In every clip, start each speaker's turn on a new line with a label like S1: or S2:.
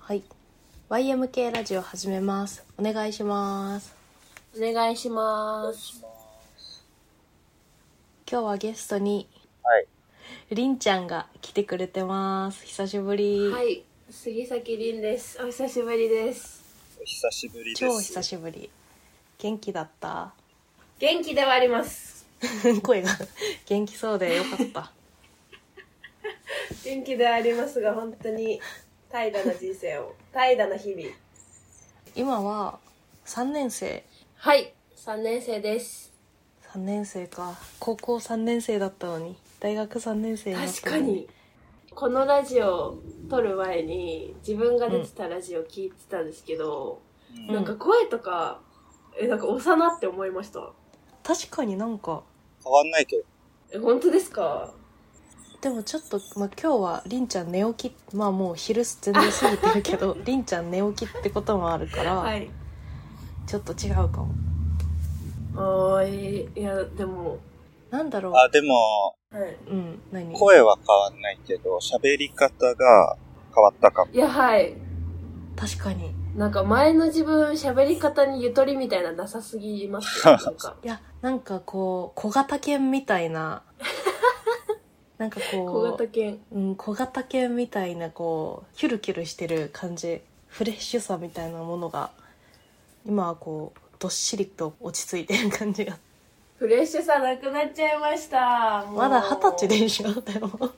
S1: はい。YMK ラジオ始めます。お願いします。
S2: お願いします。
S1: 今日はゲストに、
S3: はい。
S1: りんちゃんが来てくれてます。久しぶり。
S2: はい、杉崎凛です。お久しぶりです。
S3: お久しぶりです。
S1: 超久しぶり。元気だった
S2: 元気ではあります。
S1: 声が元気そうでよかった。
S2: 元気ではありますが、本当に怠惰な人生 を、怠惰な日々。
S1: 今は3年生。
S2: はい、三年生です。
S1: 3年生か。高校3年生だったのに。大学3年生になったの
S2: 確か。に。このラジオを撮る前に、自分が出てたラジオ聞いてたんですけど、
S3: うん
S2: なんか声とか、え、なんか幼って思いました。
S1: 確かになんか、
S3: 変わんないけど。
S2: え、本当ですか
S1: でもちょっと、まあ、今日はりんちゃん寝起きまあもう昼全然過ぎてるけ どりんちゃん寝起きってこともあるから、
S2: はい。
S1: ちょっと違うかも
S2: あーいいや、でも、
S1: なんだろ
S3: あ、でも、
S2: はい。
S1: ううん何
S3: 声は変わんないけど、喋り方が変わったかも。
S2: いや、はい。
S1: 確かに
S2: なんか前の自分喋り方にゆとりみたいななさすぎますよ。な んか
S1: いやなんかこう小型犬みたい ななんか
S2: 小
S1: こ
S2: 型犬。
S1: う、うん、小型犬みたいなこうキュルキュルしてる感じフレッシュさみたいなものが今はこうどっしりと落ち着いてる感じが
S2: フレッシュさなくなっちゃいました。もう
S1: まだ二十歳。でしょでも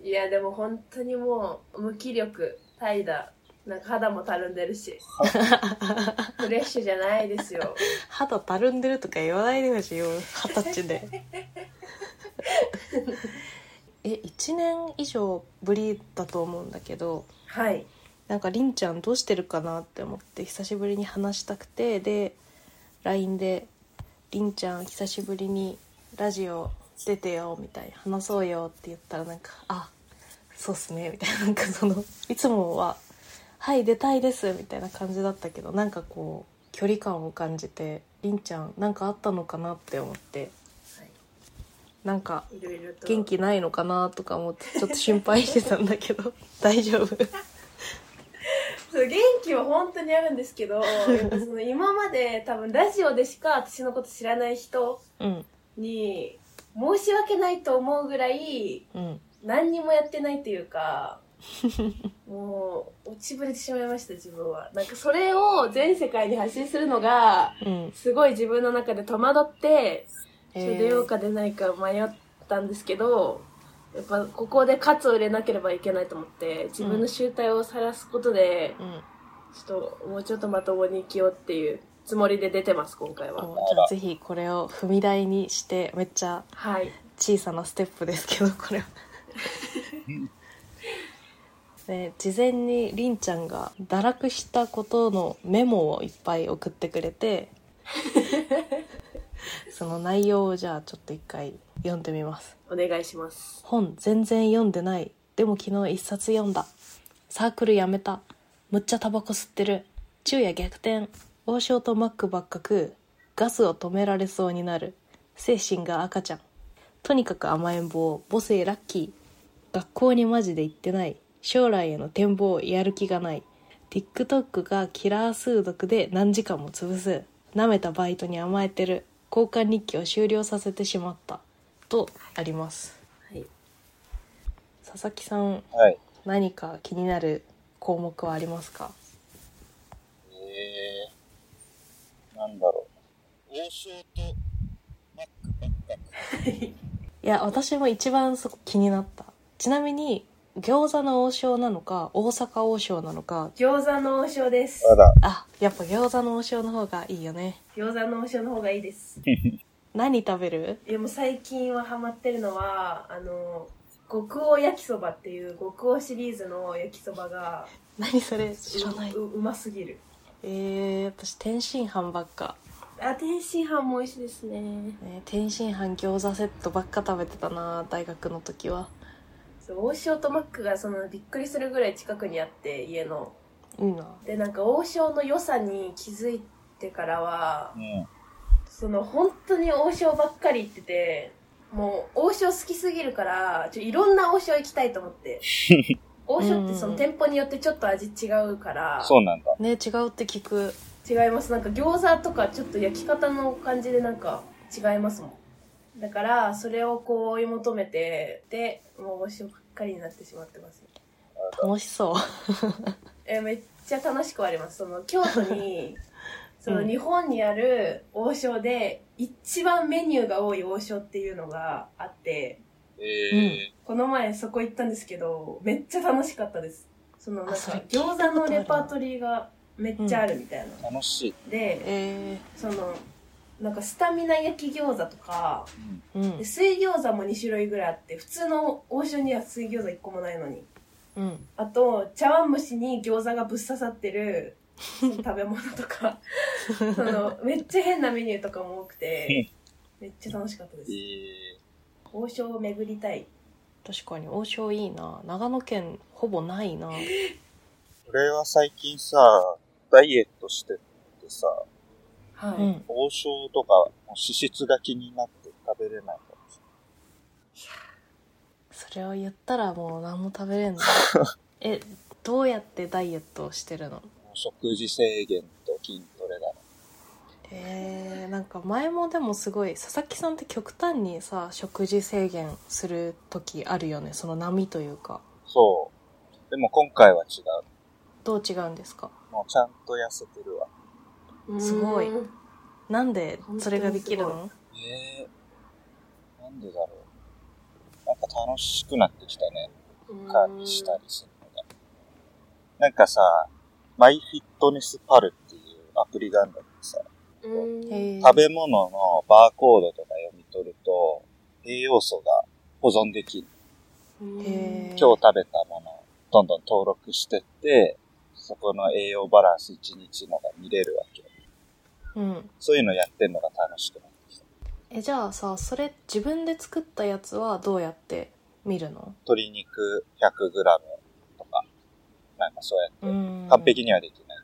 S2: いやでも本当にもう無気力、怠惰。なんか肌もたるんで るし。フレッシュじゃないですよ。
S1: 肌たるんでるとか言わないでほしいよ二十歳でえ1年以上ぶりだと思うんだけど
S2: はい。
S1: なんかりんちゃんどうしてるかなって思って久しぶりに話したくてで LINE で「りんちゃん久しぶりにラジオ出てよ」みたいな「話そうよ」って言ったらなんか「あそうっすね」みたいななんかそのいつもは「はい出たいです」みたいな感じだったけどなんかこう距離感を感じてりんちゃんなんかあったのかなって思ってなんか
S2: いろいろと。
S1: 元気ないのかなとか思ってちょっと心配してたんだけど 大丈夫
S2: そう元気は本当にあるんで すけど、やっぱその今まで多分ラジオでしか私のこと知らない人
S1: うん
S2: に申し訳ないと思うぐらい
S1: うん
S2: 何にもやってないっていう かもう落ちぶれてしまいました自分はなんかそれを全世界に発信するのが
S1: うん
S2: すごい自分の中で戸惑ってそれ出よう
S1: か
S2: か出ないか迷ったんですけど、やっぱここで喝を入れなければいけないと思って自分の集大を晒すことで、
S1: うん
S2: ちょっともうちょっとまともに生きようっていうつもりで出てます今回は
S1: おじゃあぜひこれを踏み台にしてめっちゃ
S2: はい
S1: 小さなステップですけどこれは
S3: うん。
S1: で事前にりんちゃんが堕落したことのメモをいっぱい送ってくれてその内容をじゃあちょっと一回読んでみます。
S2: お願いし ます
S1: 本全然読んでないでも昨日一冊読んだサークルやめたむっちゃタバコ吸ってる昼夜逆転王将とマックばっか食うガスを止められそうになる精神が赤ちゃんとにかく甘えん坊母性ラッキー学校にマジで行ってない将来への展望やる気がない TikTok がキラー数読で何時間も潰す舐めたバイトに甘えてる交換日記を終了させてしまったとあります
S2: はい
S1: 佐々木さん
S3: はい。
S1: 何か気になる項目はありますか
S3: えー、なんだろう。王将とマックばっか
S1: いや私も一番そこ気になったちなみに餃子の王将なのか大阪王将なのか
S2: 餃子の王将です
S3: あら、
S1: あやっぱ餃子の王将の方がいいよね
S2: 餃子の王将の方がいいです
S1: 何食べる
S2: いやもう最近はハマってるのはあの極王焼きそばっていう極王シリーズの焼きそばが
S1: 何それ知らないう
S2: ううますぎる
S1: えー、私天津飯ばっか、
S2: あ天津飯も美味しいですね
S1: ね、天津飯餃子セットばっか食べてたな大学の時は
S2: そう王将とマックがそのびっくりするぐらい近くにあって家の
S1: いいな
S2: でなんか王将の良さに気づいてからは
S3: うん。
S2: その本当に王将ばっかり行って てもう王将好きすぎるからちょいろんな王将行きたいと思って王王将ってそ
S1: うんう
S2: の
S1: ん
S2: 店舗によってちょっと味違うから、
S3: そうなんだ。
S1: ね違うって聞く
S2: 違います。なんか餃子とかちょっと焼き方の感じでなんか違いますもん。だから、それをこう追い求めて、で、もう王将ばっかりになってしまってます。
S1: 楽しそう
S2: えーめっちゃ楽しくはありますその京都 にその
S1: うん
S2: 日本にある王将で一番メニューが多い王将っていうのがあって
S3: え
S2: この前そこ行ったんですけどめっちゃ楽しかったですそのなんか
S1: あそれ聞いたことあ
S2: 餃
S1: る
S2: 子のレパートリーがめっちゃあるみたいな、
S3: ー、楽しい。
S2: で
S1: え
S2: そのなんかスタミナ焼き餃子とか
S3: うん
S1: ー、うん
S2: で水餃子も2種類ぐらいあって普通の王将には水餃子1個もないのに
S1: うん
S2: あと茶碗蒸しに餃子がぶっ刺さってるその食べ物とかそのめっちゃ変なメニューとかも多くてめっちゃ楽しかったです
S3: えー、
S2: 王将を巡りたい
S1: 確かに王将いいな長野県ほぼないな
S3: 俺は最近さ、ダイエットしてってさ、
S2: は
S1: う
S2: い、
S1: ん
S3: 王将とかも脂質が気になって食べれないからさ
S1: それを言ったらもう何も食べ れんのえどうやってダイエットをしてるの
S3: 食事制限と筋トレだね。
S1: えー、なんか前もでもすごい佐々木さんって極端にさ食事制限する時あるよねその波というか
S3: そう。でも今回は違う。
S1: どう違うんですか
S3: もうちゃんと痩せてるわ。
S1: すごいなんでそれができる
S2: 本
S1: の
S3: ええー、なんでだろう。なんか楽しくなってきたね。管理したりするのが。なんかさ、マイフィットネスパルっていうアプリがあるんだけどさ、
S1: えー
S3: 食べ物のバーコードとか読み取ると、栄養素が保存できる。
S1: えー
S3: 今日食べたものをどんどん登録してって、そこの栄養バランス1日のが見れるわけ。
S1: うん
S3: そういうのやってんのが楽しくなってきた。
S1: えじゃあさそれ自分で作ったやつはどうやって見るの
S3: 鶏肉 100g とか、なんかそうやって、
S1: うん
S3: 完璧にはできない。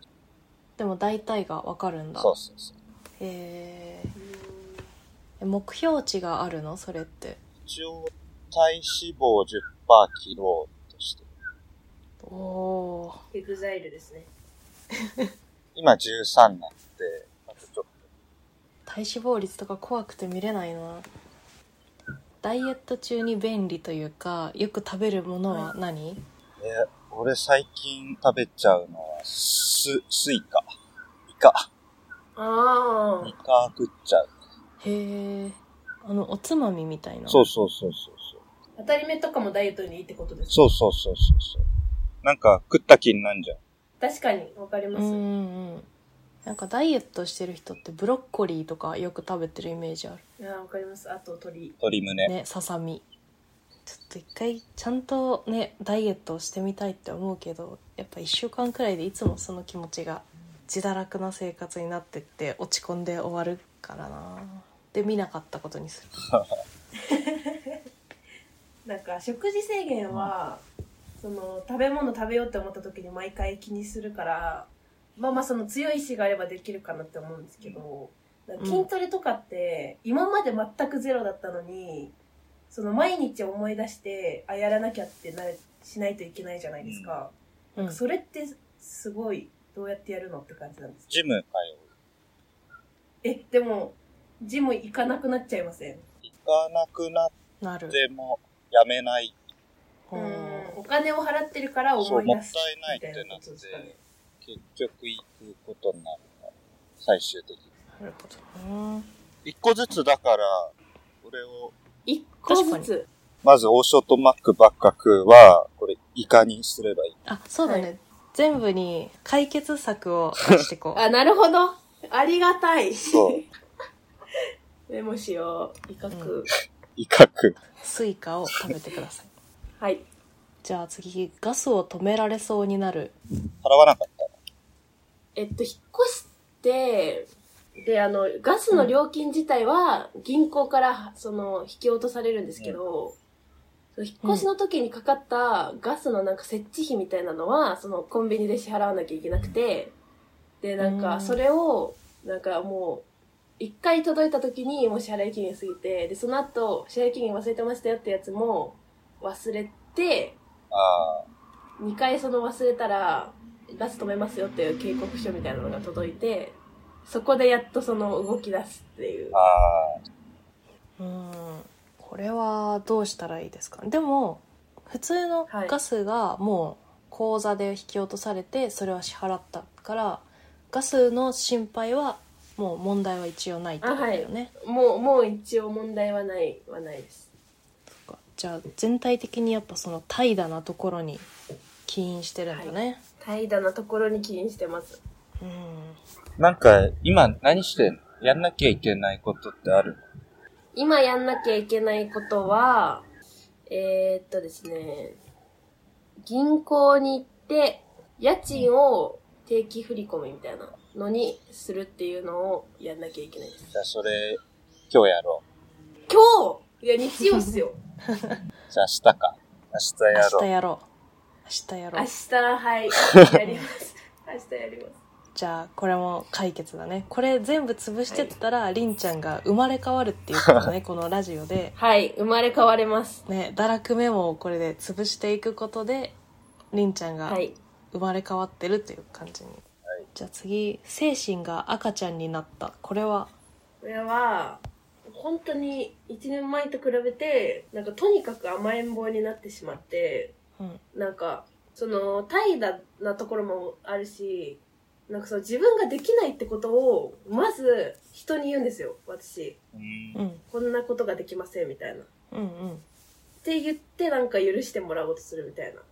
S1: でも大体がわかるんだ
S3: そうそうそう。
S1: えーえ目標値があるのそれって
S3: 一応、体脂肪10%切ろうとしてる。
S1: おお
S2: エグザイルですね
S3: 今13なんで、あとちょっ
S1: 体脂肪率とか怖くて見れないなダイエット中に便利というかよく食べるものは何、
S3: と。え、俺最近食べちゃうのは、す、スイカ。イカ。
S2: あ
S3: イカ食っちゃう。
S1: へえあのおつまみみたいな
S3: そうそうそうそうそう。
S2: あ当たり目とかもダイエットにいいってことです
S3: そうそうそうそうそう。なんか食った気になんじゃん。
S2: 確かにわかりま
S1: うん
S2: す、
S1: うんうんなんかダイエットしてる人ってブロッコリーとかよく食べてるイメージあ
S2: いやわかりますあと鳥
S3: 鶏胸。
S1: るねささみちょっと一回ちゃんとねダイエットをしてみたいって思うけどやっぱ1週間くらいでいつもその気持ちが自堕落な生活になってって落ち込んで終わるからなで見なかったことにする
S2: なんか食事制限は、その食べ物食べようって思った時に毎回気にするからまあまあその強い意志があればできるかなって思うんですけど、なんか筋トレとかって今まで全くゼロだったのにその毎日思い出してあやらなきゃってなれしないといけないじゃないですか、
S1: うん
S2: それってすごいどうやってやるのって感じなんです
S3: ジム通
S2: えでもジム行かなくなっちゃいません
S3: う。行かなくなっ
S1: なる
S3: てもやめない。
S1: おー
S2: お金を払ってるから思い出す
S3: そうもったいないっ
S2: みたい
S3: てなって
S2: なことですかね
S3: 結局行くことになるから最終的に。
S1: なるほどな
S3: 一個ずつだから、俺を、
S2: 一
S1: 個ずつ
S3: まず王将とマックばっか食うは、これイカにすればいい。
S1: あそうだね、
S2: は
S1: 全部に解決策を出してこ う
S2: あ、なるほど。ありがたい。
S3: そう。
S2: メモしよう。威
S1: う
S2: 嚇。
S3: イカ食う。
S1: スイカを食べてください
S2: はい。
S1: じゃあ次ガスを止められそうになる
S3: 払わなかったの。
S2: えっと、引っ越して、で、あの、ガスの料金自体は銀行から、その、引き落とされるんですけど、その引っ越しの時にかかったガスのなんか設置費みたいなのは、そのコンビニで支払わなきゃいけなくて、で、なん
S1: う
S2: か、
S1: ん
S2: それを、なんかもう、一回届いた時にもう支払い期限過ぎて、で、その後、支払い期限忘れてましたよってやつも忘れて、
S3: ああ、
S2: 2回その忘れたらガス止めますよっていう警告書みたいなのが届いてそこでやっとその動き出すっていう
S3: あ
S1: う
S3: あ、
S1: んこれはどうしたらいいですかでも普通の
S2: はい
S1: ガスがもう口座で引き落とされてそれは支払ったからガスの心配はもう問題は一応ないってことだよね、
S2: もうもう一応問題はないはないです
S1: そっかじゃあ全体的にやっぱその怠惰なところに起因してるんだね、
S2: 怠惰なところに起因してます
S1: うん
S3: なんか、今何してんのやんなきゃいけないことってある
S2: 今やんなきゃいけないことは、えー、っとですね、銀行に行って、家賃を定期振り込みみたいなのにするっていうのをやんなきゃいけないです。
S3: じゃあ、それ、今日やろ
S2: 今日いや、日曜っすよ。
S3: う。じゃあ、明日か。明日や
S1: 明日
S3: ろう。
S1: やろう明日やろう
S2: 明日、 はい、やります。明日やります。
S1: じゃあこれも解決だねこれ全部潰してったら、りんちゃんが生まれ変わるっていうこと ねこのラジオで
S2: はい、生まれ変われます。
S1: ね堕落メモをこれで潰していくことでりんちゃんが
S2: はい。
S1: 生まれ変わってるっていう感じに、じゃあ次精神が赤ちゃんになったこれは
S2: これは、本当に1年前と比べて、なんかとにかく甘えん坊になってしまって、
S1: うん
S2: なんか、その、怠惰なところもあるし、なんかその自分ができないってことを、まず人に言うんですよ、私。
S3: うん
S1: うん
S2: こんなことができません、みたいな。っ
S1: うんうん
S2: て言ってなんか許してもらおうとするみたいな。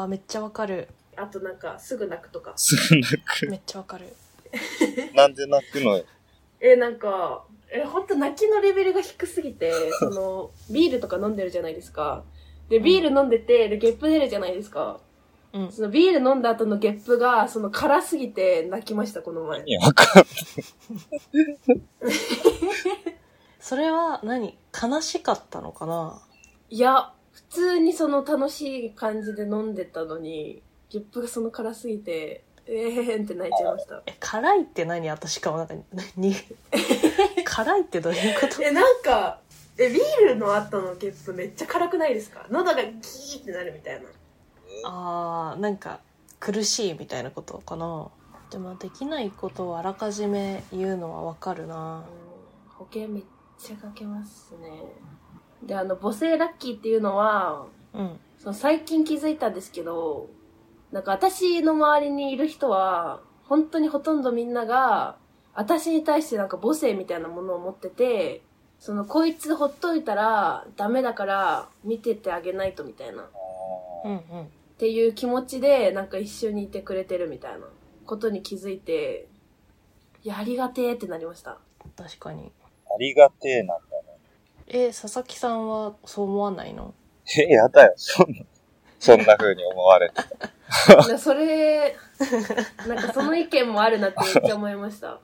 S1: あーめっちゃわかる
S2: あとなんか、すぐ泣くとか。
S3: すぐ泣く。
S1: めっちゃわかる
S3: なんで泣くのよ。
S2: え、なんか、え、ほんと泣きのレベルが低すぎ て、その、ビールとか飲んでるじゃないですか。で、ビール飲んでて、で、ゲップ出るじゃないですか。
S1: うん
S2: そのビール飲んだ後のゲップが、その辛すぎて泣きました、この前。
S3: いや、わかんない。
S1: それは何悲しかったのかない
S2: や、普通にその楽しい感じで飲んでたのに、ゲップがその辛すぎて、えーんって泣いちゃいました。
S1: え辛いって何私かもなんかに 辛いってどういうこと
S2: え、なんか、え、ビールの後のゲップめっちゃ辛くないですか喉がギーってなるみたいな。
S1: あーなんか苦しいみたいなことかなでもできないことをあらかじめ言うのはわかるな
S2: 保険めっちゃかけますね。で、あの、母性ラッキーっていうのは、
S1: うん
S2: その最近気づいたんですけど、なんか私の周りにいる人は、本当にほとんどみんなが、私に対してなんか母性みたいなものを持ってて、そのこいつほっといたらダメだから見ててあげないとみたいな、っ
S1: うんうん
S2: ていう気持ちでなんか一緒にいてくれてるみたいなことに気づいて、いや、ありがてえってなりました。
S1: 確かに
S3: ありがてえなんだね。
S1: え佐々木さんはそう思わないの
S3: え、やだよ。そんな、そんな風に思われて。
S2: いやそれ、なんかその意見もあるなってめっちゃ思いました。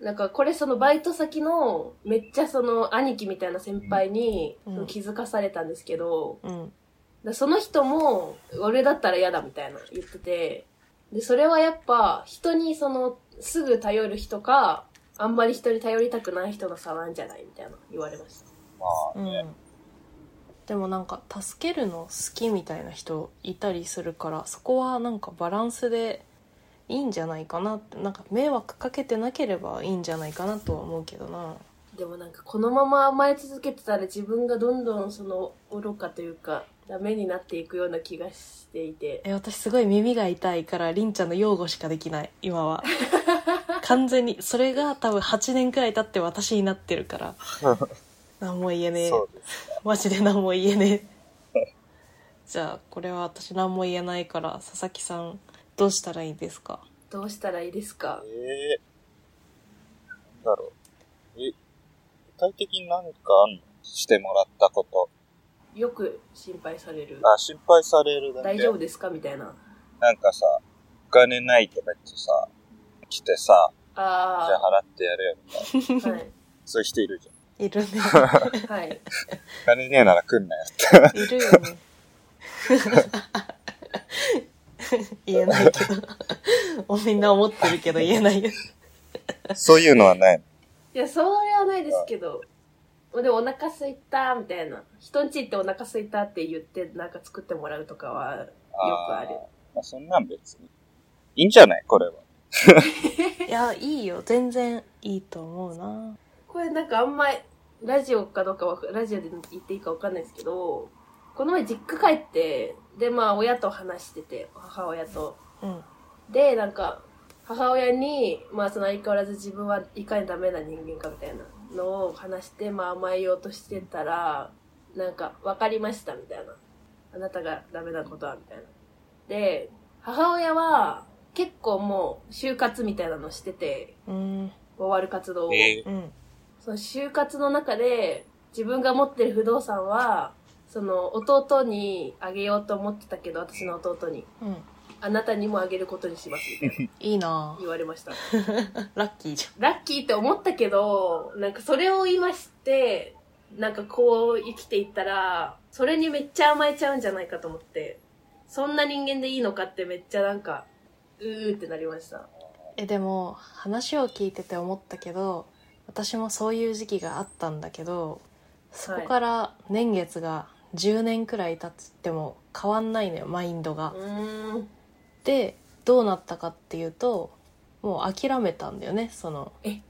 S2: なんかこれそのバイト先のめっちゃその兄貴みたいな先輩に
S1: うん
S2: その気づかされたんですけど、
S1: うん
S2: だその人も俺だったら嫌だみたいな言ってて、で、それはやっぱ人にそのすぐ頼る人か、あんまり人に頼りたくない人の差なんじゃないみたいな言われました。
S3: まあ、
S1: うんでもなんか助けるの好きみたいな人いたりするからそこはなんかバランスでいいんじゃないかなってなんか迷惑かけてなければいいんじゃないかなとは思うけどな
S2: でもなんかこのまま甘え続けてたら自分がどんどんその愚かというかダメになっていくような気がしていて
S1: え私すごい耳が痛いからりんちゃんの擁護しかできない今 は完全にそれが多分8年くらい経って私になってるから 何も言えねえ
S3: そうです。
S1: マジで何も言えねえじゃあこれは私何も言えないから佐々木さんどうしたらいいですか
S2: どうしたらいいですか
S3: ええなんだろう。え、具体的に何かあんのしてもらったこと。
S2: よく心配される
S3: あ、心配されるだけ。
S2: 大丈夫ですかみたいな
S3: なんかさ、お金ないとか言ってさ、来てさ、じゃ
S2: あ
S3: あ払ってやるよ。
S2: あはい
S3: そういう人いるじゃん。
S1: いるね
S2: はい
S3: お金ねえなら来んなよって。
S1: いるよね 言えないけどみんな思ってるけど言えないよ
S3: そういうのはないの。
S2: いやそれはないですけどでもお腹空すいたみたいな人んち行ってお腹空すいたって言ってなんか作ってもらうとかはくある。
S3: まあ、そんなん別に。いいんじゃないこれは。
S1: いやいいよ全然いいと思うな
S2: これなんかあんま、ラジオかどうかは、ラジオで言っていいかわかんないですけど、この前実家帰って、で、まあ親と話してて、母親と。
S1: うん
S2: で、なんか、母親に、まあその相変わらず自分はいかにダメな人間かみたいなのを話して、まあ甘えようとしてたら、なんか、わかりましたみたいな。あなたがダメなことはみたいな。で、母親は結構もう就活みたいなのしてて、
S1: うん
S2: 終わる活動を。
S3: え
S1: うん
S2: その就活の中で自分が持ってる不動産は、その弟にあげようと思ってたけど、私の弟に、
S1: うん
S2: あなたにもあげることにしますみたいない
S1: いな
S2: 言われました。
S1: ラッキーじ
S2: ラッキーって思ったけど、なんかそれを今知って、なんかこう生きていったら、それにめっちゃ甘えちゃうんじゃないかと思って、そんな人間でいいのかってめっちゃなんか、うーってなりました。
S1: ゃんえでも話を聞いてて思ったけど私もそういう時期があったんだけどそこから年月が10年くらい経っても変わんないのよマインドが
S2: うーん。
S1: でどうなったかっていうともう諦めたんだよねその
S2: え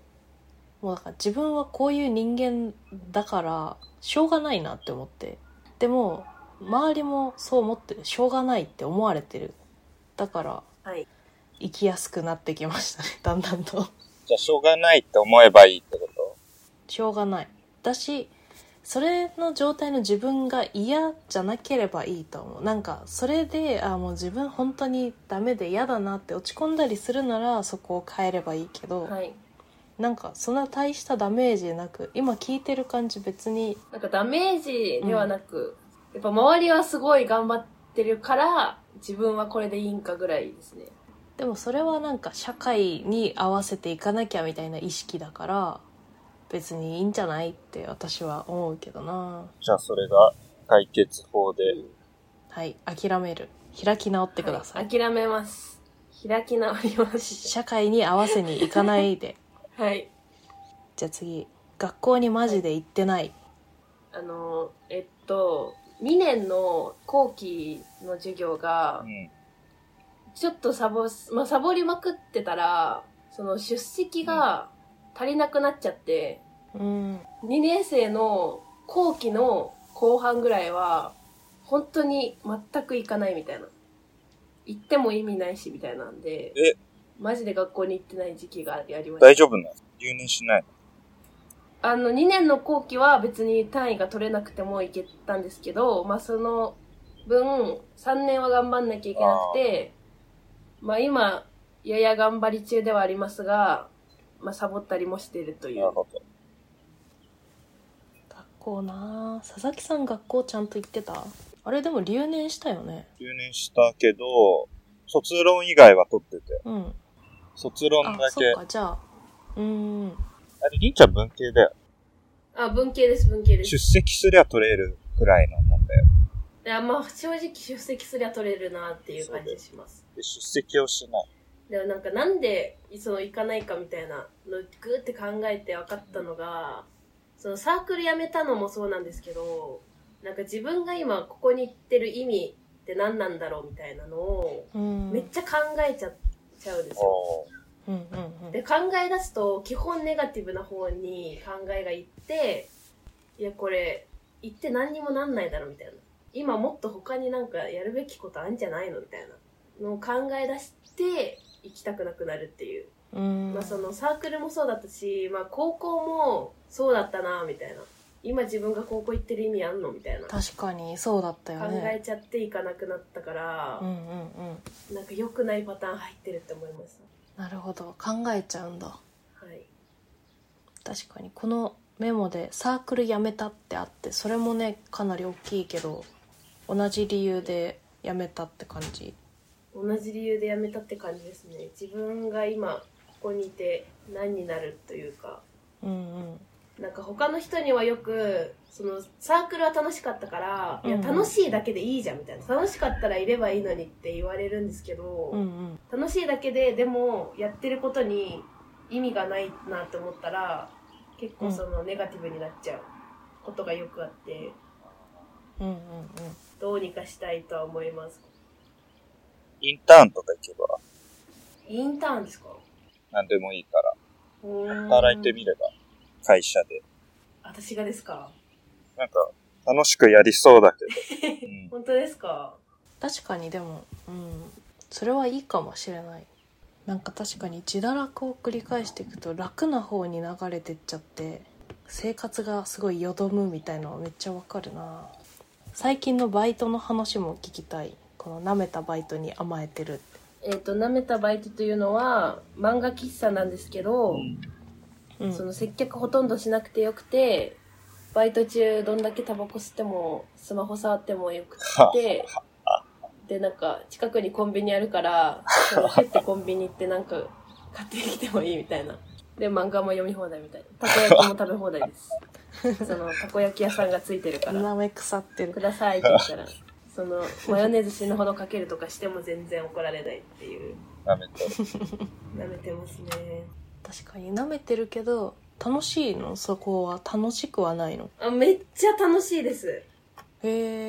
S1: もうだから自分はこういう人間だからしょうがないなって思ってでも周りもそう思ってるしょうがないって思われてるだから
S2: はい。
S1: 生きやすくなってきましたねだんだんと
S3: じゃあ、しょうがないって思えばいいってこと
S1: しょうがないだしそれの状態の自分が嫌じゃなければいいと思うなんかそれであもう自分本当にダメで嫌だなって落ち込んだりするならそこを変えればいいけど、
S2: はい。
S1: なんかそんな大したダメージなく今聞いてる感じ別に
S2: なんかダメージではなく、やっぱ周りはすごい頑張ってるから、自分はこれでいいんかぐらいですね。
S1: でもそれはなんか社会に合わせていかなきゃみたいな意識だから別にいいんじゃないって私は思うけどな
S3: じゃあ、それが解決法で。
S1: はい諦める開き直ってください、
S2: はい諦めます。開き直り ます。
S1: 社会に合わせにいかないで
S2: はい。
S1: じゃあ次学校にマジで行ってない
S2: あの、えっと、2年の後期の授業が
S3: う、ん。
S2: ちょっとサボ、まあ、サボりまくってたら、その出席が足りなくなっちゃって、
S1: うん
S2: 2年生の後期の後半ぐらいは、本当に全く行かないみたいな。行っても意味ないしみたいなんで、
S3: え
S2: マジで学校に行ってない時期がありました
S3: 大。丈夫なの留年しない
S2: あの、2年の後期は別に単位が取れなくてもいけたんですけど、まあ、その分、3年は頑張んなきゃいけなくて、まあ、今、やや頑張り中ではありますが、まあ、サボったりもしてるとい
S3: なる
S2: う。
S3: ほど。
S1: 学校なあ佐々木さん学校ちゃんと行ってたあれでも留年したよね
S3: 留年したけど、卒論以外は取ってて。
S1: うん
S3: 卒論
S1: あ
S3: だけ。
S1: そっ
S3: あ
S1: かじゃあうん
S3: れ、りんちゃん文系だよ。
S2: あ、文系です、文系です
S3: 出。席すりゃ取れるくらいのもんだよ。
S2: いや、まあ、正直出席すりゃ取れるなっていう感じします。
S3: で、出席をしない。
S2: でもなんかなんでその行かないかみたいなのグーって考えて分かったのがそのサークル辞めたのもそうなんですけどなんか自分が今ここに行ってる意味って何なんだろうみたいなのを
S1: うん
S2: めっちゃ考えちゃちゃうんですよ。
S3: お
S1: う
S3: ー
S1: んうん
S2: で考え出すと基本ネガティブな方に考えがいっていやこれ行って何にもなんないだろみたいな今もっと他になんかやるべきことあんじゃないのみたいなのを考え出して行きたくなくなるっていう
S1: うんうん
S2: まあ、そのサークルもそうだったし、まあ、高校もそうだったなみたいな今自分が高校行ってる意味あんのみたいな考
S1: 確かにそうだったよね
S2: えちゃっていかなくなったから
S1: うん、うんうん
S2: なんか良くないパターン入ってるって思いまし
S1: なるほど考えちゃうんだ
S2: たはい
S1: 確かにこのメモで「サークル辞めた」ってあってそれもねかなり大きいけど同じ理由で辞めたって感じ
S2: 同じ理由で辞めたって感じですね自分が今ここにいて何になるというか
S1: うんうん
S2: なんか他の人にはよくそのサークルは楽しかったから、
S1: うん
S2: いや楽しいだけでいいじゃんみたいな楽しかったらいればいいのにって言われるんですけど、
S1: うんうん
S2: 楽しいだけででもやってることに意味がないなと思ったら結構そのネガティブになっちゃうことがよくあって
S1: うんうんうん
S2: どうにかしたいとは思います
S3: インターンとか行けば
S2: インターンですか
S3: 何でもいいから、
S2: 働
S3: 働いてみれば、会社で。
S2: 私がですか
S3: なんか、楽しくやりそうだけど。うん
S2: 本当ですか
S1: 確かにでもうんそれはいいかもしれないなんか確かに自堕落を繰り返していくと楽な方に流れてっちゃって生活がすごいよどむみたいのはめっちゃわかるな最近のバイトの話も聞きたいこの舐めたバイトに甘えてるって
S2: えっ、となめたバイトというのは漫画喫茶なんですけど、
S1: うん
S2: その接客ほとんどしなくてよくてバイト中どんだけタバコ吸ってもスマホ触ってもよくてでなんか近くにコンビニあるからそのヒュッてコンビニ行ってなんか買ってきてもいいみたいなで漫画も読み放題みたいなたこ焼きも食べ放題です そのたこ焼き屋さんがついてるから
S1: 舐め腐って
S2: く
S1: る
S2: ださいって言ったらそのマヨネーズ死ぬほどかけるとかしても全然怒られないっていう
S3: なめてる。
S2: なめてますね
S1: 確かに舐めてるけど楽しいのそこは楽しくはないの
S2: あめっちゃ楽しいです
S1: へ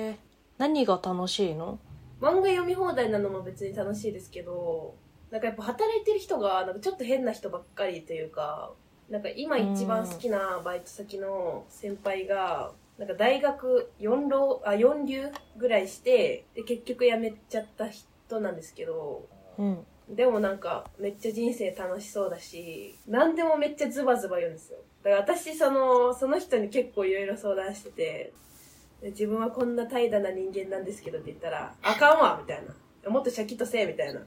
S1: え何が楽しいの
S2: 漫画読み放題なのも別に楽しいですけどなんかやっぱ働いてる人がなんかちょっと変な人ばっかりというかなんか今一番好きなバイト先の先輩がなんか大学4浪あ4流ぐらいしてで結局辞めちゃった人なんですけど
S1: うん
S2: でもなんか、めっちゃ人生楽しそうだし、何でもめっちゃズバズバ言うんですよ。だから私、その、その人に結構いろいろ相談してて、で自分はこんな怠惰な人間なんですけどって言ったら、あかんわみたいな。もっとシャキッとせえみたいな。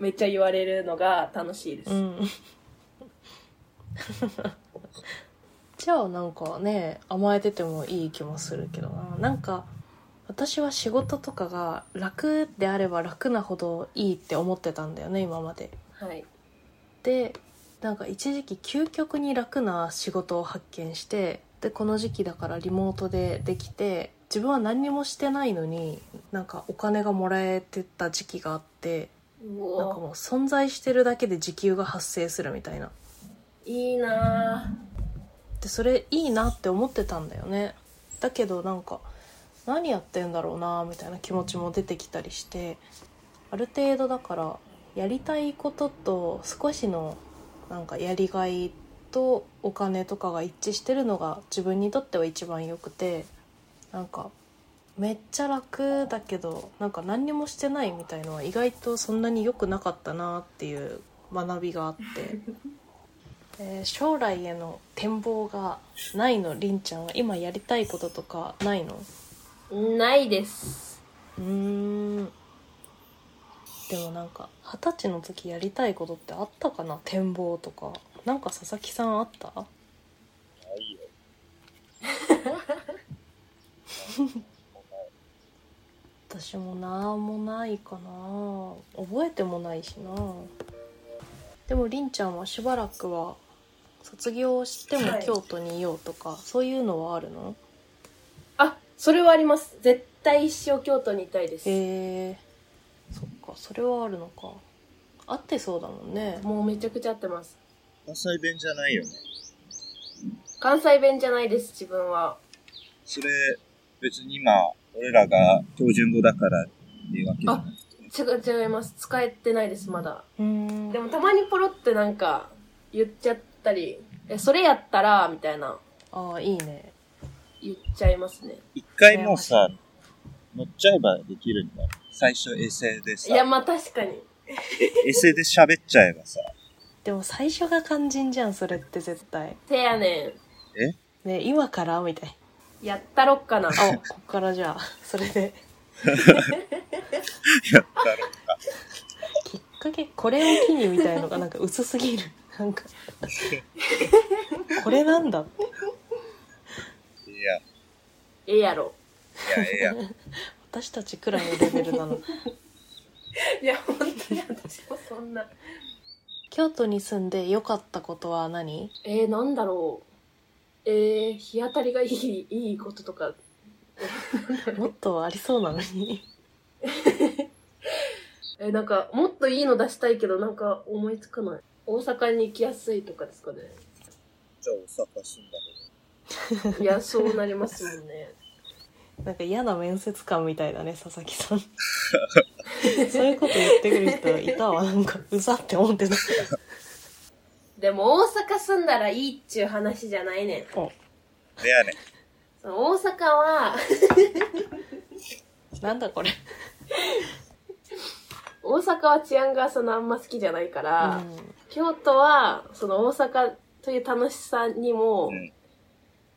S2: めっちゃ言われるのが楽しいです。
S1: うん じゃあなんかね甘えててもいい気もするけどななんか私は仕事とかが楽であれば楽なほどいいって思ってたんだよね今まで
S2: はい。
S1: でなんか一時期究極に楽な仕事を発見してでこの時期だからリモートでできて自分は何にもしてないのになんかお金がもらえてた時期があって
S2: う
S1: なんかもう存在してるだけで時給が発生するみたいない
S2: いな
S1: でそれいいなって思ってたんだよねだけどなんか何やってんだろうなみたいな気持ちも出てきたりしてある程度だからやりたいことと少しのなんかやりがいとお金とかが一致してるのが自分にとっては一番よくてなんかめっちゃ楽だけどなんか何にもしてないみたいのは意外とそんなに良くなかったなっていう学びがあって。えー将来への展望がないのりんちゃんは今やりたいこととかないの
S2: ぁ。ないです。
S1: うーんでもなんか二十歳の時やりたいことってあったかな展望とかなんか佐々木さんあった
S3: ないよ。
S1: 私もなんもないかな覚えてもないしなでもりんちゃんはしばらくは卒業しても
S2: はい
S1: 京都にいようとか、そういうのはあるの
S2: あ、それはあります。絶対一生京都にいたいです。
S1: へえそっかそれはあるのか合ってそうだもんね
S2: もうめちゃくちゃ合ってます。
S3: 関西弁じゃないよね。
S2: 関西弁じゃないです、自分は。
S3: それ、別に今、俺らが標準語だからっていうわけじゃなくて。
S2: 違う違います使えてないですまだ
S1: うーん
S2: でもたまにポロってなんか言っちゃったり「えそれやったら」みたいな
S1: ああいいね
S2: 言っちゃいますね
S3: 一回もうさ、乗っちゃえばできるんだよ。最初、衛星で
S2: い
S3: さ、
S2: やまあ確かに
S3: 衛星で喋っちゃえばさ、
S1: でも最初が肝心じゃんそれって絶対
S2: 「てやね
S1: ね今からみたい
S2: んやったろっかな」
S1: あこっからじゃあそれで
S3: やったら、
S1: きっかけこれを機にみたいのがなんか薄すぎるなんかこれなんだ
S3: いや、い
S2: ええやろ
S3: や、ええやん。
S1: 私たちくらいのレベルなの
S2: いや本当に私もそんな
S1: 京都に住んで良かったことは何
S2: えー、なんだろうえー、日当たりがいいいいこととか
S1: もっとありそうなのに
S2: えー、なんかもっといいの出したいけどなんか思いつかない大阪に行きやすいとかですかね
S3: じゃあ大阪住んだけ
S2: いやそうなり ますもんね
S1: なんか嫌な面接官みたいだね佐々木さんそういうこと言ってくる人いたわなんかうざって思 ってた
S2: でも大阪住んだらいいっちゅう話じゃないねん。
S3: でやねん。
S2: その大阪は、
S1: なんだこれ
S2: 大阪は治安がそのあんま好きじゃないから、
S1: う
S2: 京都はその大阪という楽しさにも
S3: うん。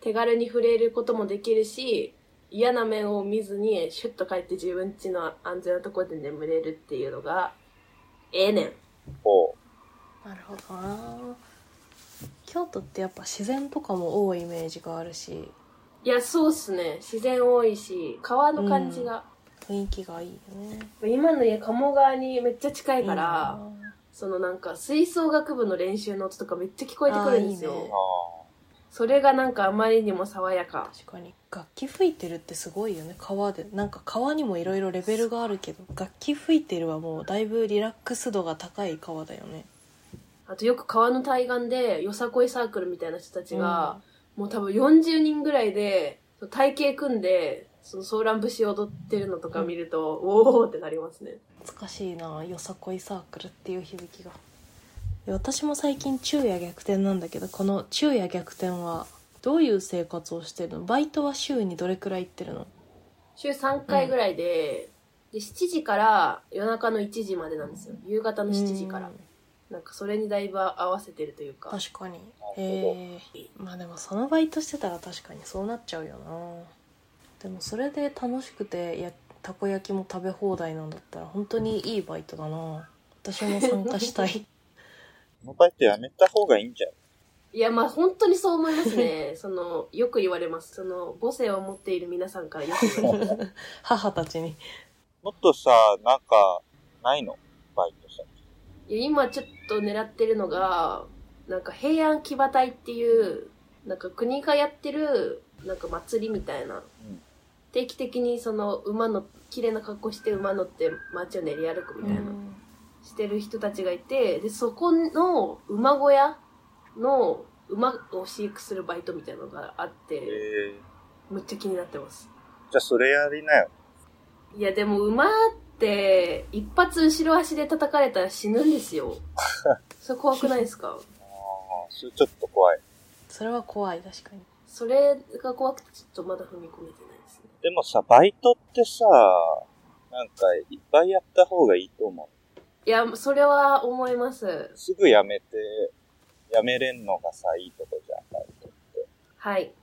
S2: 手軽に触れることもできるし、嫌な面を見ずにシュッと帰って自分家の安全なところで眠れるっていうのが、ええねん。
S3: ほ
S1: んなるほどな京都ってやっぱ自然とかも多いイメージがあるし
S2: いや、そうっすね。自然多いし、川の感じが。
S1: 雰囲気がいいよね
S2: 今の家、鴨川にめっちゃ近いか
S1: いい
S2: ら、
S1: な
S2: そのなんか吹奏楽部の練習の音とかめっちゃ聞こえてくるんですよ
S1: あーいいね
S3: う。あ
S2: それがなんかあまりにも爽やか
S1: 確かに楽器吹いてるってすごいよね川でなんか川にもいろいろレベルがあるけど楽器吹いてるはもうだいぶリラックス度が高い川だよね
S2: あとよく川の対岸でよさこいサークルみたいな人たちが、もう多分40人ぐらいでその体型組んでそのソーラン節踊ってるのとか見ると、おおってなりますね
S1: 懐かしいなよさこいサークルっていう響きが私も最近昼夜逆転なんだけどこの昼夜逆転はどういう生活をしてるのバイトは週にどれくらい行ってるの
S2: 週3回ぐらいで,、で7時から夜中の1時までなんですよ夕方の7時から
S1: うん
S2: なんかそれにだいぶ合わせてるというか
S1: 確かに
S3: なるほど
S1: へえまあでもそのバイトしてたら確かにそうなっちゃうよなでもそれで楽しくてやたこ焼きも食べ放題なんだったら本当にいいバイトだな私も参加した い
S3: このバイトやめた方がいいんじゃん。
S2: いや、まあ本当にそう思いますね。 その、よく言われます。その、母性を持っている皆さんからよく言われます。
S1: 母たちに
S3: もっとさ、なんか、ないのバイトさ。
S2: いや、今ちょっと狙ってるのが、なんか平安騎馬隊っていう、なんか国がやってる、なんか祭りみたいな。
S3: うん
S2: 定期的にその馬の、綺麗な格好して馬乗って街を練り歩くみたいな。してる人たちがいて、で、そこの馬小屋の馬を飼育するバイトみたいなのがあっ
S3: え
S2: て、
S3: ー、
S2: むっちゃ気になってます。
S3: じゃあそれやりなよ。
S2: いやでも馬って一発後ろ足で叩かれたら死ぬんですよ。それ怖くないですか
S3: ああ、それちょっと怖い。
S1: それは怖い確かに
S2: それが怖くてちょっとまだ踏み込めてないですね。
S3: でもさ、バイトってさ、なんか、いっぱいやった方がいいと思う。
S2: いや、それは思います。
S3: すぐやめて、やめれんのがさ、いいとこじゃん、バイトって。
S2: はい。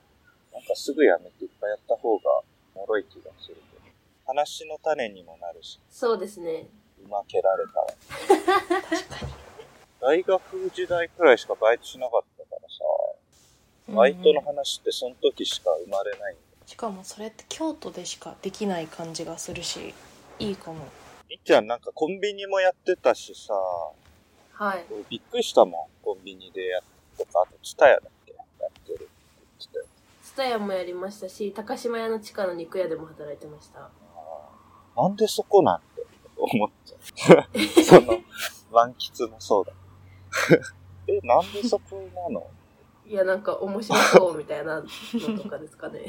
S3: なんかすぐやめていっぱいやった方が、おもろい気がするけど。話の種にもなるし、
S2: そうですね。
S3: 馬蹴られたわ。 大学時代くらいしかバイトしなかったからさ、バイトの
S1: うん
S3: 話ってその時しか生まれない。
S1: しかもそれって京都でしかできない感じがするしいいかも
S3: りっちゃんなんかコンビニもやってたしさ、
S2: はい。
S3: 俺びっくりしたもん。コンビニでやっとか、あとツタヤだっけやってるって言ってたよ。
S2: スタヤもやりましたし、高島屋の地下の肉屋でも働いてました。
S3: あーなんでそこなんて思っちゃ う。その、満喫もそうだ。え、なんでそこなの
S2: いや、なんか面白そうみたいなのとかですかね。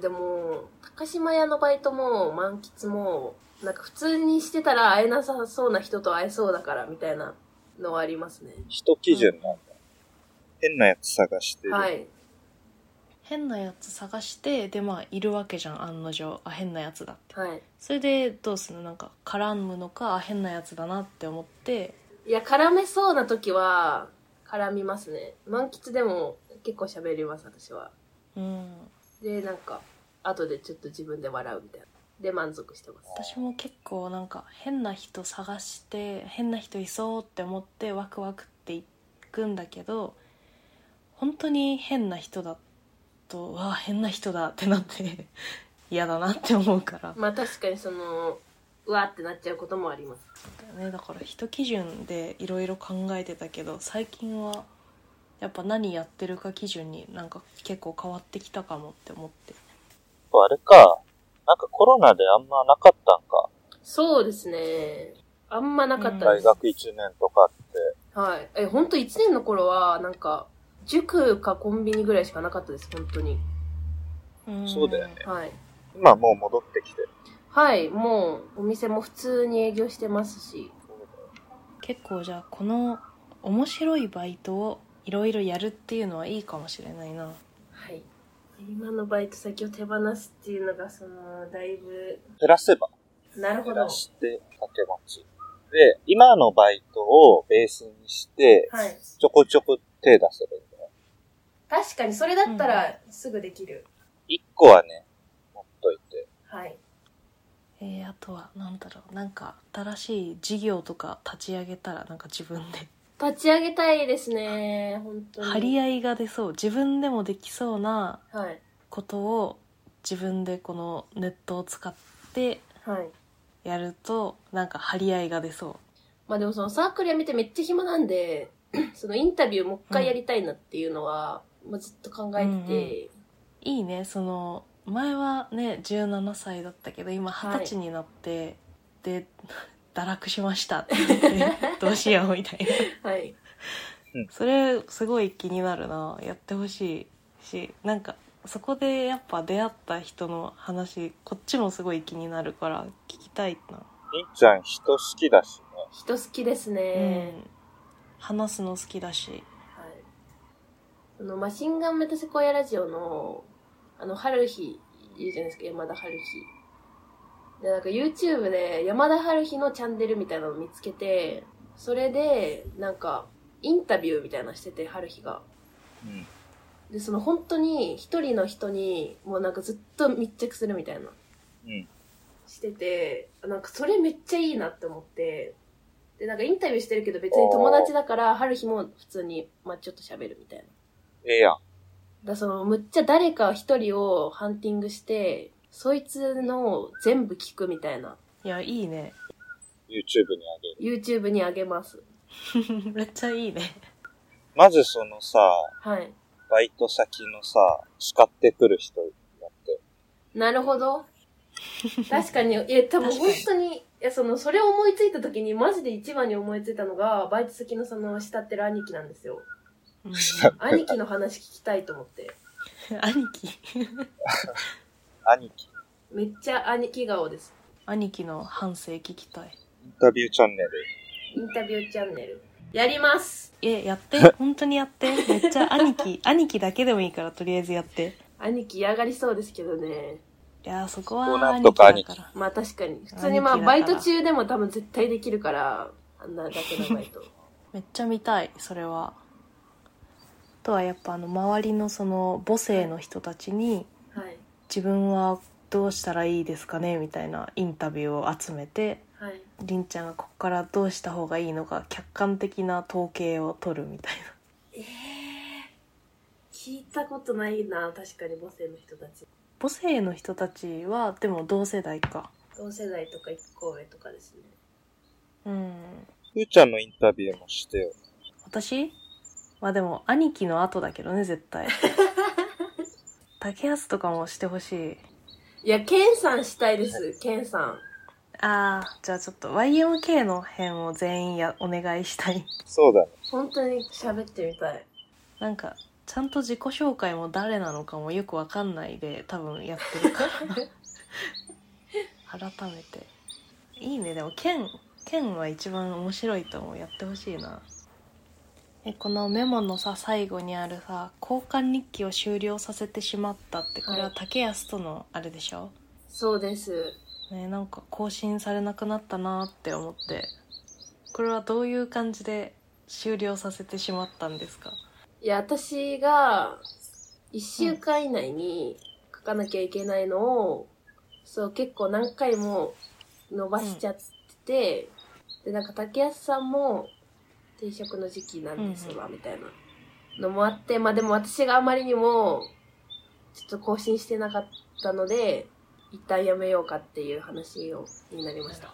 S2: でも、高島屋のバイトも満喫も、なんか普通にしてたら会えなさそうな人と会えそうだからみたいなのはありますね。
S3: 人基準なんだ。変なやつ探してる。
S2: はい。
S1: 変なやつ探してでまあいるわけじゃん案の定あ変なやつだって
S2: はい。
S1: それでどうするのなんか絡むのかあ変なやつだなって思って
S2: いや、絡めそうな時は、絡みますね。満喫でも結構喋ります、私は。
S1: うん
S2: で、なんか、後でちょっと自分で笑うみたいな。で、満足してます。
S1: 私も結構なんか変な人探して変な人いそうって思ってワクワクっていくんだけど本当に変な人だとわあ変な人だってなって嫌だなって思うから
S2: まあ確かにその、うわーってなっちゃうこともあります。
S1: ね、だから人基準でいろいろ考えてたけど最近はやっぱ何やってるか基準になんか結構変わってきたかもって思って
S3: あれか、なんかコロナであんまなかったんか。
S2: そうですね。あんまなかった
S1: うん
S2: で
S3: 大
S2: す。
S3: 学1年とかって。
S2: はい。え、ほんと1年の頃は、なんか、塾かコンビニぐらいしかなかったです、本当に。
S3: そうだよね。
S2: はい。
S3: 今もう戻ってきてる。
S2: はい、もうお店も普通に営業してますし。
S1: 結構じゃあこの面白いバイトをいろいろやるっていうのはいいかもしれないな
S2: はい。今のバイト先を手放すっていうのが、その、だいぶ、
S3: 減らせば、
S2: なるほ
S3: 減
S2: ど。は
S3: らして掛け持ち。で、今のバイトをベースにして、
S2: い。
S3: ちょこちょこ手出せばいいんだね。
S2: 確かに、それだったらすぐできる。
S3: 一個はね、持っといて。
S2: はい。
S1: えー、あとは何だろうなんか新しい事業とか立ち上げたらなんか自分で
S2: 立ち上げたいですね、本当に。
S1: 張り合いが出そう自分でもできそうな
S2: はい。
S1: ことを自分でこのネットを使って
S2: はい。
S1: やるとなんか張り合いが出そ
S2: まあでもそのサークルやめてめっちゃ暇なんで、 そのインタビューもう一回やりたいなっていうのは、もうずっと考えてて、
S1: ういいねその前はね17歳だったけど今
S2: はい
S1: 二十歳になって、で堕落しましたって言ってどうしようみたいな
S2: はい。
S1: それすごい気になるなやってほしいしなんかそこでやっぱ出会った人の話こっちもすごい気になるから聞きたいな、
S3: りんちゃん人好きだしね。
S2: 人好きですね。
S1: うん話すの好きだし
S2: はい。そのマシンガンメタセコイアラジオの、あの、春日、いるじゃないですか、山田春日。で、なんか YouTube で山田春日のチャンネルみたいなのを見つけて、それで、なんか、インタビューみたいなのしてて、春日が。
S3: うん。
S2: で、その本当に一人の人に、もうなんかずっと密着するみたいな。
S3: うん。
S2: してて、なんかそれめっちゃいいなって思って、で、なんかインタビューしてるけど別に友達だから、春日も普通に、まあちょっと喋るみたいな。
S3: ええやん。
S2: だからそのむっちゃ誰か一人をハンティングしてそいつの全部聞くみたいない
S1: やいいね
S3: YouTube にあげる。
S2: YouTube にあげます
S1: めっちゃいいね
S3: まずそのさ、
S2: はい
S3: バイト先のさ、叱ってくる人やって。
S2: なるほど確かにいや多分
S1: 確か
S2: 本
S1: に
S2: 当にいやそのそれを思いついた時にマジで一番に思いついたのがバイト先のその慕ってる兄貴なんですよ
S1: うん
S2: 兄貴の話聞きたいと思って
S1: 兄貴
S3: 兄貴、
S2: めっちゃ兄貴顔です
S1: 兄貴の反省聞きたい
S3: インタビューチャンネル。
S2: インタビューチャンネルやります
S1: えやって本当にやってめっちゃ兄貴 兄貴だけでもいいからとりあえずやって
S2: 兄貴嫌がりそうですけどね
S1: いやーそこ
S3: こう
S1: は
S3: な
S1: 兄
S3: ん
S1: 貴
S3: とか
S1: だから
S2: まあ確かに普通にまあ
S1: 兄貴だか
S2: バイ
S1: ら
S2: ト中でも多分絶対できるからあんなだけのバイト
S1: めっちゃ見たいそれはあとはやっぱあの周りのその母性の人たちに
S2: はい
S1: 自分はどうしたらいいですかねみたいなインタビューを集めて
S2: はい
S1: りんちゃんがここからどうした方がいいのか客観的な統計を取るみたいな
S2: ええ聞いたことないな確かに母性の人たち
S1: 母性の人たちはでも同世代か
S2: 同世代とか一個上とかですね
S1: うん
S3: ふーちゃんのインタビューもしてよ。
S1: 私まあでも兄貴の後だけどね絶 対竹安とかもしてほしい
S2: いやケンさんしたいですケンさん
S1: ああじゃあちょっと YMK の辺を全員やお願いしたい
S3: そうだね。
S2: 本当に喋ってみた い
S1: なんかちゃんと自己紹介も誰なのかもよくわかんないで多分やって るから改めていいねでも剣剣は一番面白いと思うやってほしいなえこのメモのさ最後にあるさ「交換日記を終了させてしまった」ってこれは
S2: はい
S1: 竹安とのあれでしょ、
S2: そうです
S1: ねなんか更新されなくなったなって思ってこれはどういう感じで終了させてしまったんですか
S2: いや私が1週間以内に書かなきゃいけないのを、そう結構何回も伸ばしちゃってて、でなんか竹安さんも定職の時期なんですわ、みたいなのもあってまあでも私があまりにもちょっと更新してなかったので一旦やめようかっていう話をになりました
S3: ね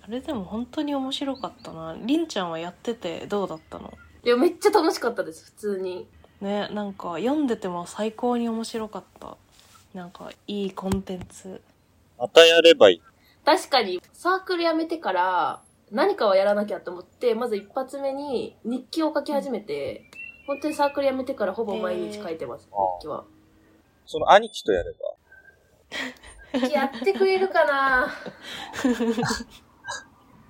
S1: あれでも本当に面白かったなりんちゃんはやっててどうだったの
S2: いやめっちゃ楽しかったです普通に
S1: ねなんか読んでても最高に面白かったなんかいいコンテンツ
S3: またやればいい。
S2: 確かに、サークル辞めてから、何かをやらなきゃと思って、まず一発目に日記を書き始めて、本当にサークル辞めてからほぼ毎日書いてます、
S3: へー
S2: 日記は。
S3: その兄貴とやれば。
S2: やってくれるかな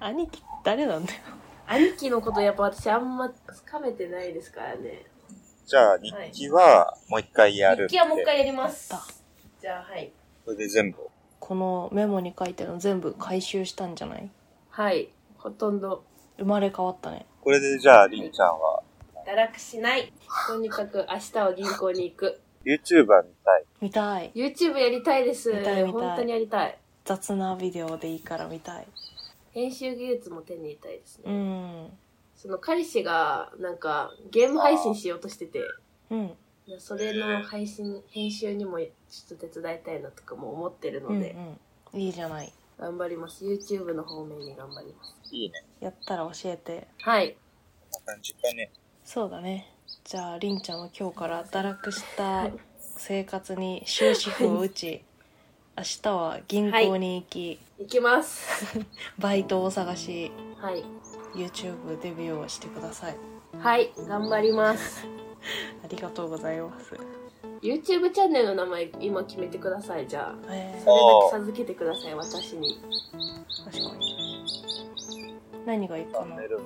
S1: 兄貴誰なんだよ
S2: 兄貴のことやっぱ私あんまつかめてないですからね。
S3: じゃあ、日記はもう一回やるん
S2: 日記
S3: で。
S2: はもう一回やります
S1: やっ。
S2: じゃあ、はい。
S3: それで全部。
S1: このメモに書いてるの全部回収したんじゃない
S2: はい。ほとんど
S1: 生まれ変わったね
S3: これでじゃあ、りんちゃんは、
S2: 堕落しない。とにかく明日は銀行に行く。
S3: YouTuber みたい。
S1: 見たい
S2: YouTube やりたいです。
S1: 見たい見たい
S2: 本当にやりたい。
S1: 雑なビデオでいいから見たい
S2: 編集技術も手に入れたいですね。
S1: うん
S2: その彼氏がなんかゲーム配信しようとしてて、
S1: うん
S2: それの配信、編集にもちょっと手伝いたいなとかも思ってる
S1: う
S2: の
S1: ん
S2: で、
S1: うんいいじゃない
S2: 頑張ります。YouTube の方面に頑張ります。
S3: いいね。
S1: やったら教えて
S2: はい。
S3: こんな感じかね。
S1: そうだねじゃありんちゃんは今日から堕落した生活に終止符を打ち明日は銀行に行き、
S2: 行きます。
S1: バイトを探し
S2: はい。
S1: YouTube デビューをしてください
S2: はい。頑張ります。
S1: ありがとうございます、
S2: YouTube チャンネルの名前今決めてください。じゃあ。
S1: え
S2: それだけ授けてください、私に。
S1: ー、確かに何がいい
S3: チャ
S1: か
S3: ン
S1: な
S3: ネル名。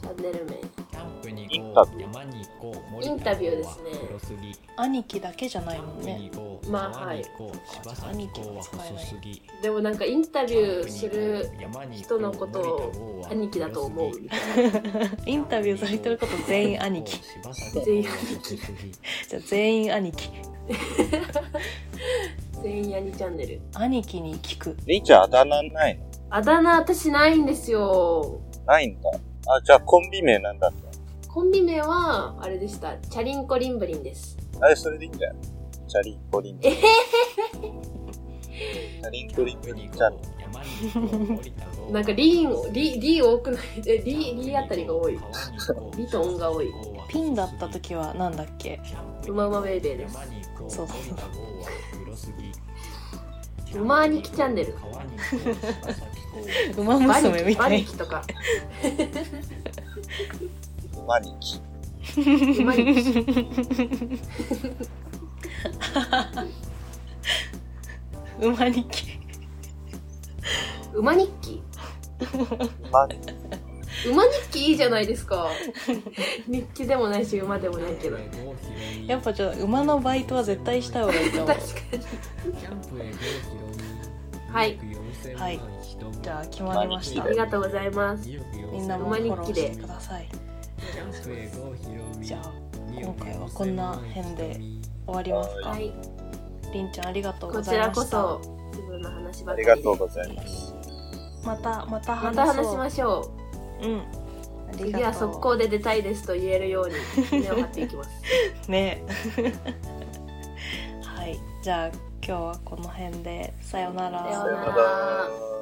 S2: チャンネル名。
S4: キャンプに
S3: イン
S4: 行
S3: タ
S4: こ
S3: ビュ
S4: う、
S3: ー
S4: 山に行こう、森
S2: インタビューですね
S4: 黒すぎ。
S1: 兄貴だけじゃないもん
S4: 海に
S1: ね
S4: 行こう、
S2: まあ
S4: 川に行こう、柴崎に行こうは細すぎ。
S2: でもなんかインタビューする人のことを兄貴だと思う。
S1: インタビューされてること全員兄貴。
S2: 全員
S1: じゃあ全員兄貴
S2: 全員兄チャンネル。
S1: 兄貴に聞く
S3: りんちゃんあだ名ないの
S2: あだ名私ないんですよ。
S3: ないんだ。あ、じゃあコンビ名なんだって。
S2: コンビ名は、あれでした。チャリンコリンブリンです。
S3: あれ、それでいいんだよ。チャリンコリン。チャリンコリン
S4: に
S3: チ
S4: 行
S3: ャン
S4: こう、山に行こう、森田を
S2: なんかリンを、リ、リ多くないえ、リ、リあたりが多い。リと音が多い。
S1: ピンだった時はなんだっけ
S2: うまうまベイベーです
S4: 山に行こ
S1: そう
S4: 森田剛は黒すぎ
S2: うま兄貴チャンネル
S4: 川に行こう柴咲コ
S1: ウ
S4: ウ
S1: マ
S2: バニ
S1: 娘
S2: キ、
S1: み
S2: バ
S1: た
S2: ニ
S1: い
S2: キとか。
S3: ルマニキ。
S2: 馬ニキ。
S1: ウマ兄貴
S2: 馬ニッキ。
S3: マニキ。
S2: 馬ニッキいいじゃないですか。 日記でもないし、馬でもないけど。
S1: やっぱちょっと馬のバイトは絶対した方がいいと思う
S2: 確かに。
S4: はい
S1: はいじ
S4: じ
S1: ゃ
S4: ゃ
S1: あ
S4: あ
S1: 決まりまし
S2: あ
S1: た
S2: りがとうございます。
S1: み
S4: み
S1: ん
S4: ん
S1: な
S4: な
S1: も
S4: も
S1: フ
S2: 馬日
S1: ォロー
S2: 記
S1: して
S2: で
S1: ください
S4: じゃあ
S1: 今
S4: 今
S1: 回
S4: 回
S1: は
S4: は
S1: こ
S4: こ
S1: ん
S4: ん
S1: な
S4: な
S1: 辺
S4: 辺
S1: で
S4: で
S1: 終わりますか、
S2: はい。
S1: りんちゃんありがとうご
S2: こ
S1: ざ
S2: ち
S1: い
S2: ら
S1: ま
S2: こ
S1: した
S2: そ、自分の話ば
S3: あ
S2: かり
S3: り
S2: で
S3: がとうございます。
S1: またまた
S2: ま
S1: 話
S2: た
S1: そう
S2: 話しましょう。
S1: うんあり
S2: 次
S1: が
S2: は
S1: とう
S2: 速攻で出たいですと言えるように胸を張っていきます
S1: ねはいじゃあ今日はこの辺でさような
S2: さようなら
S3: さよなら。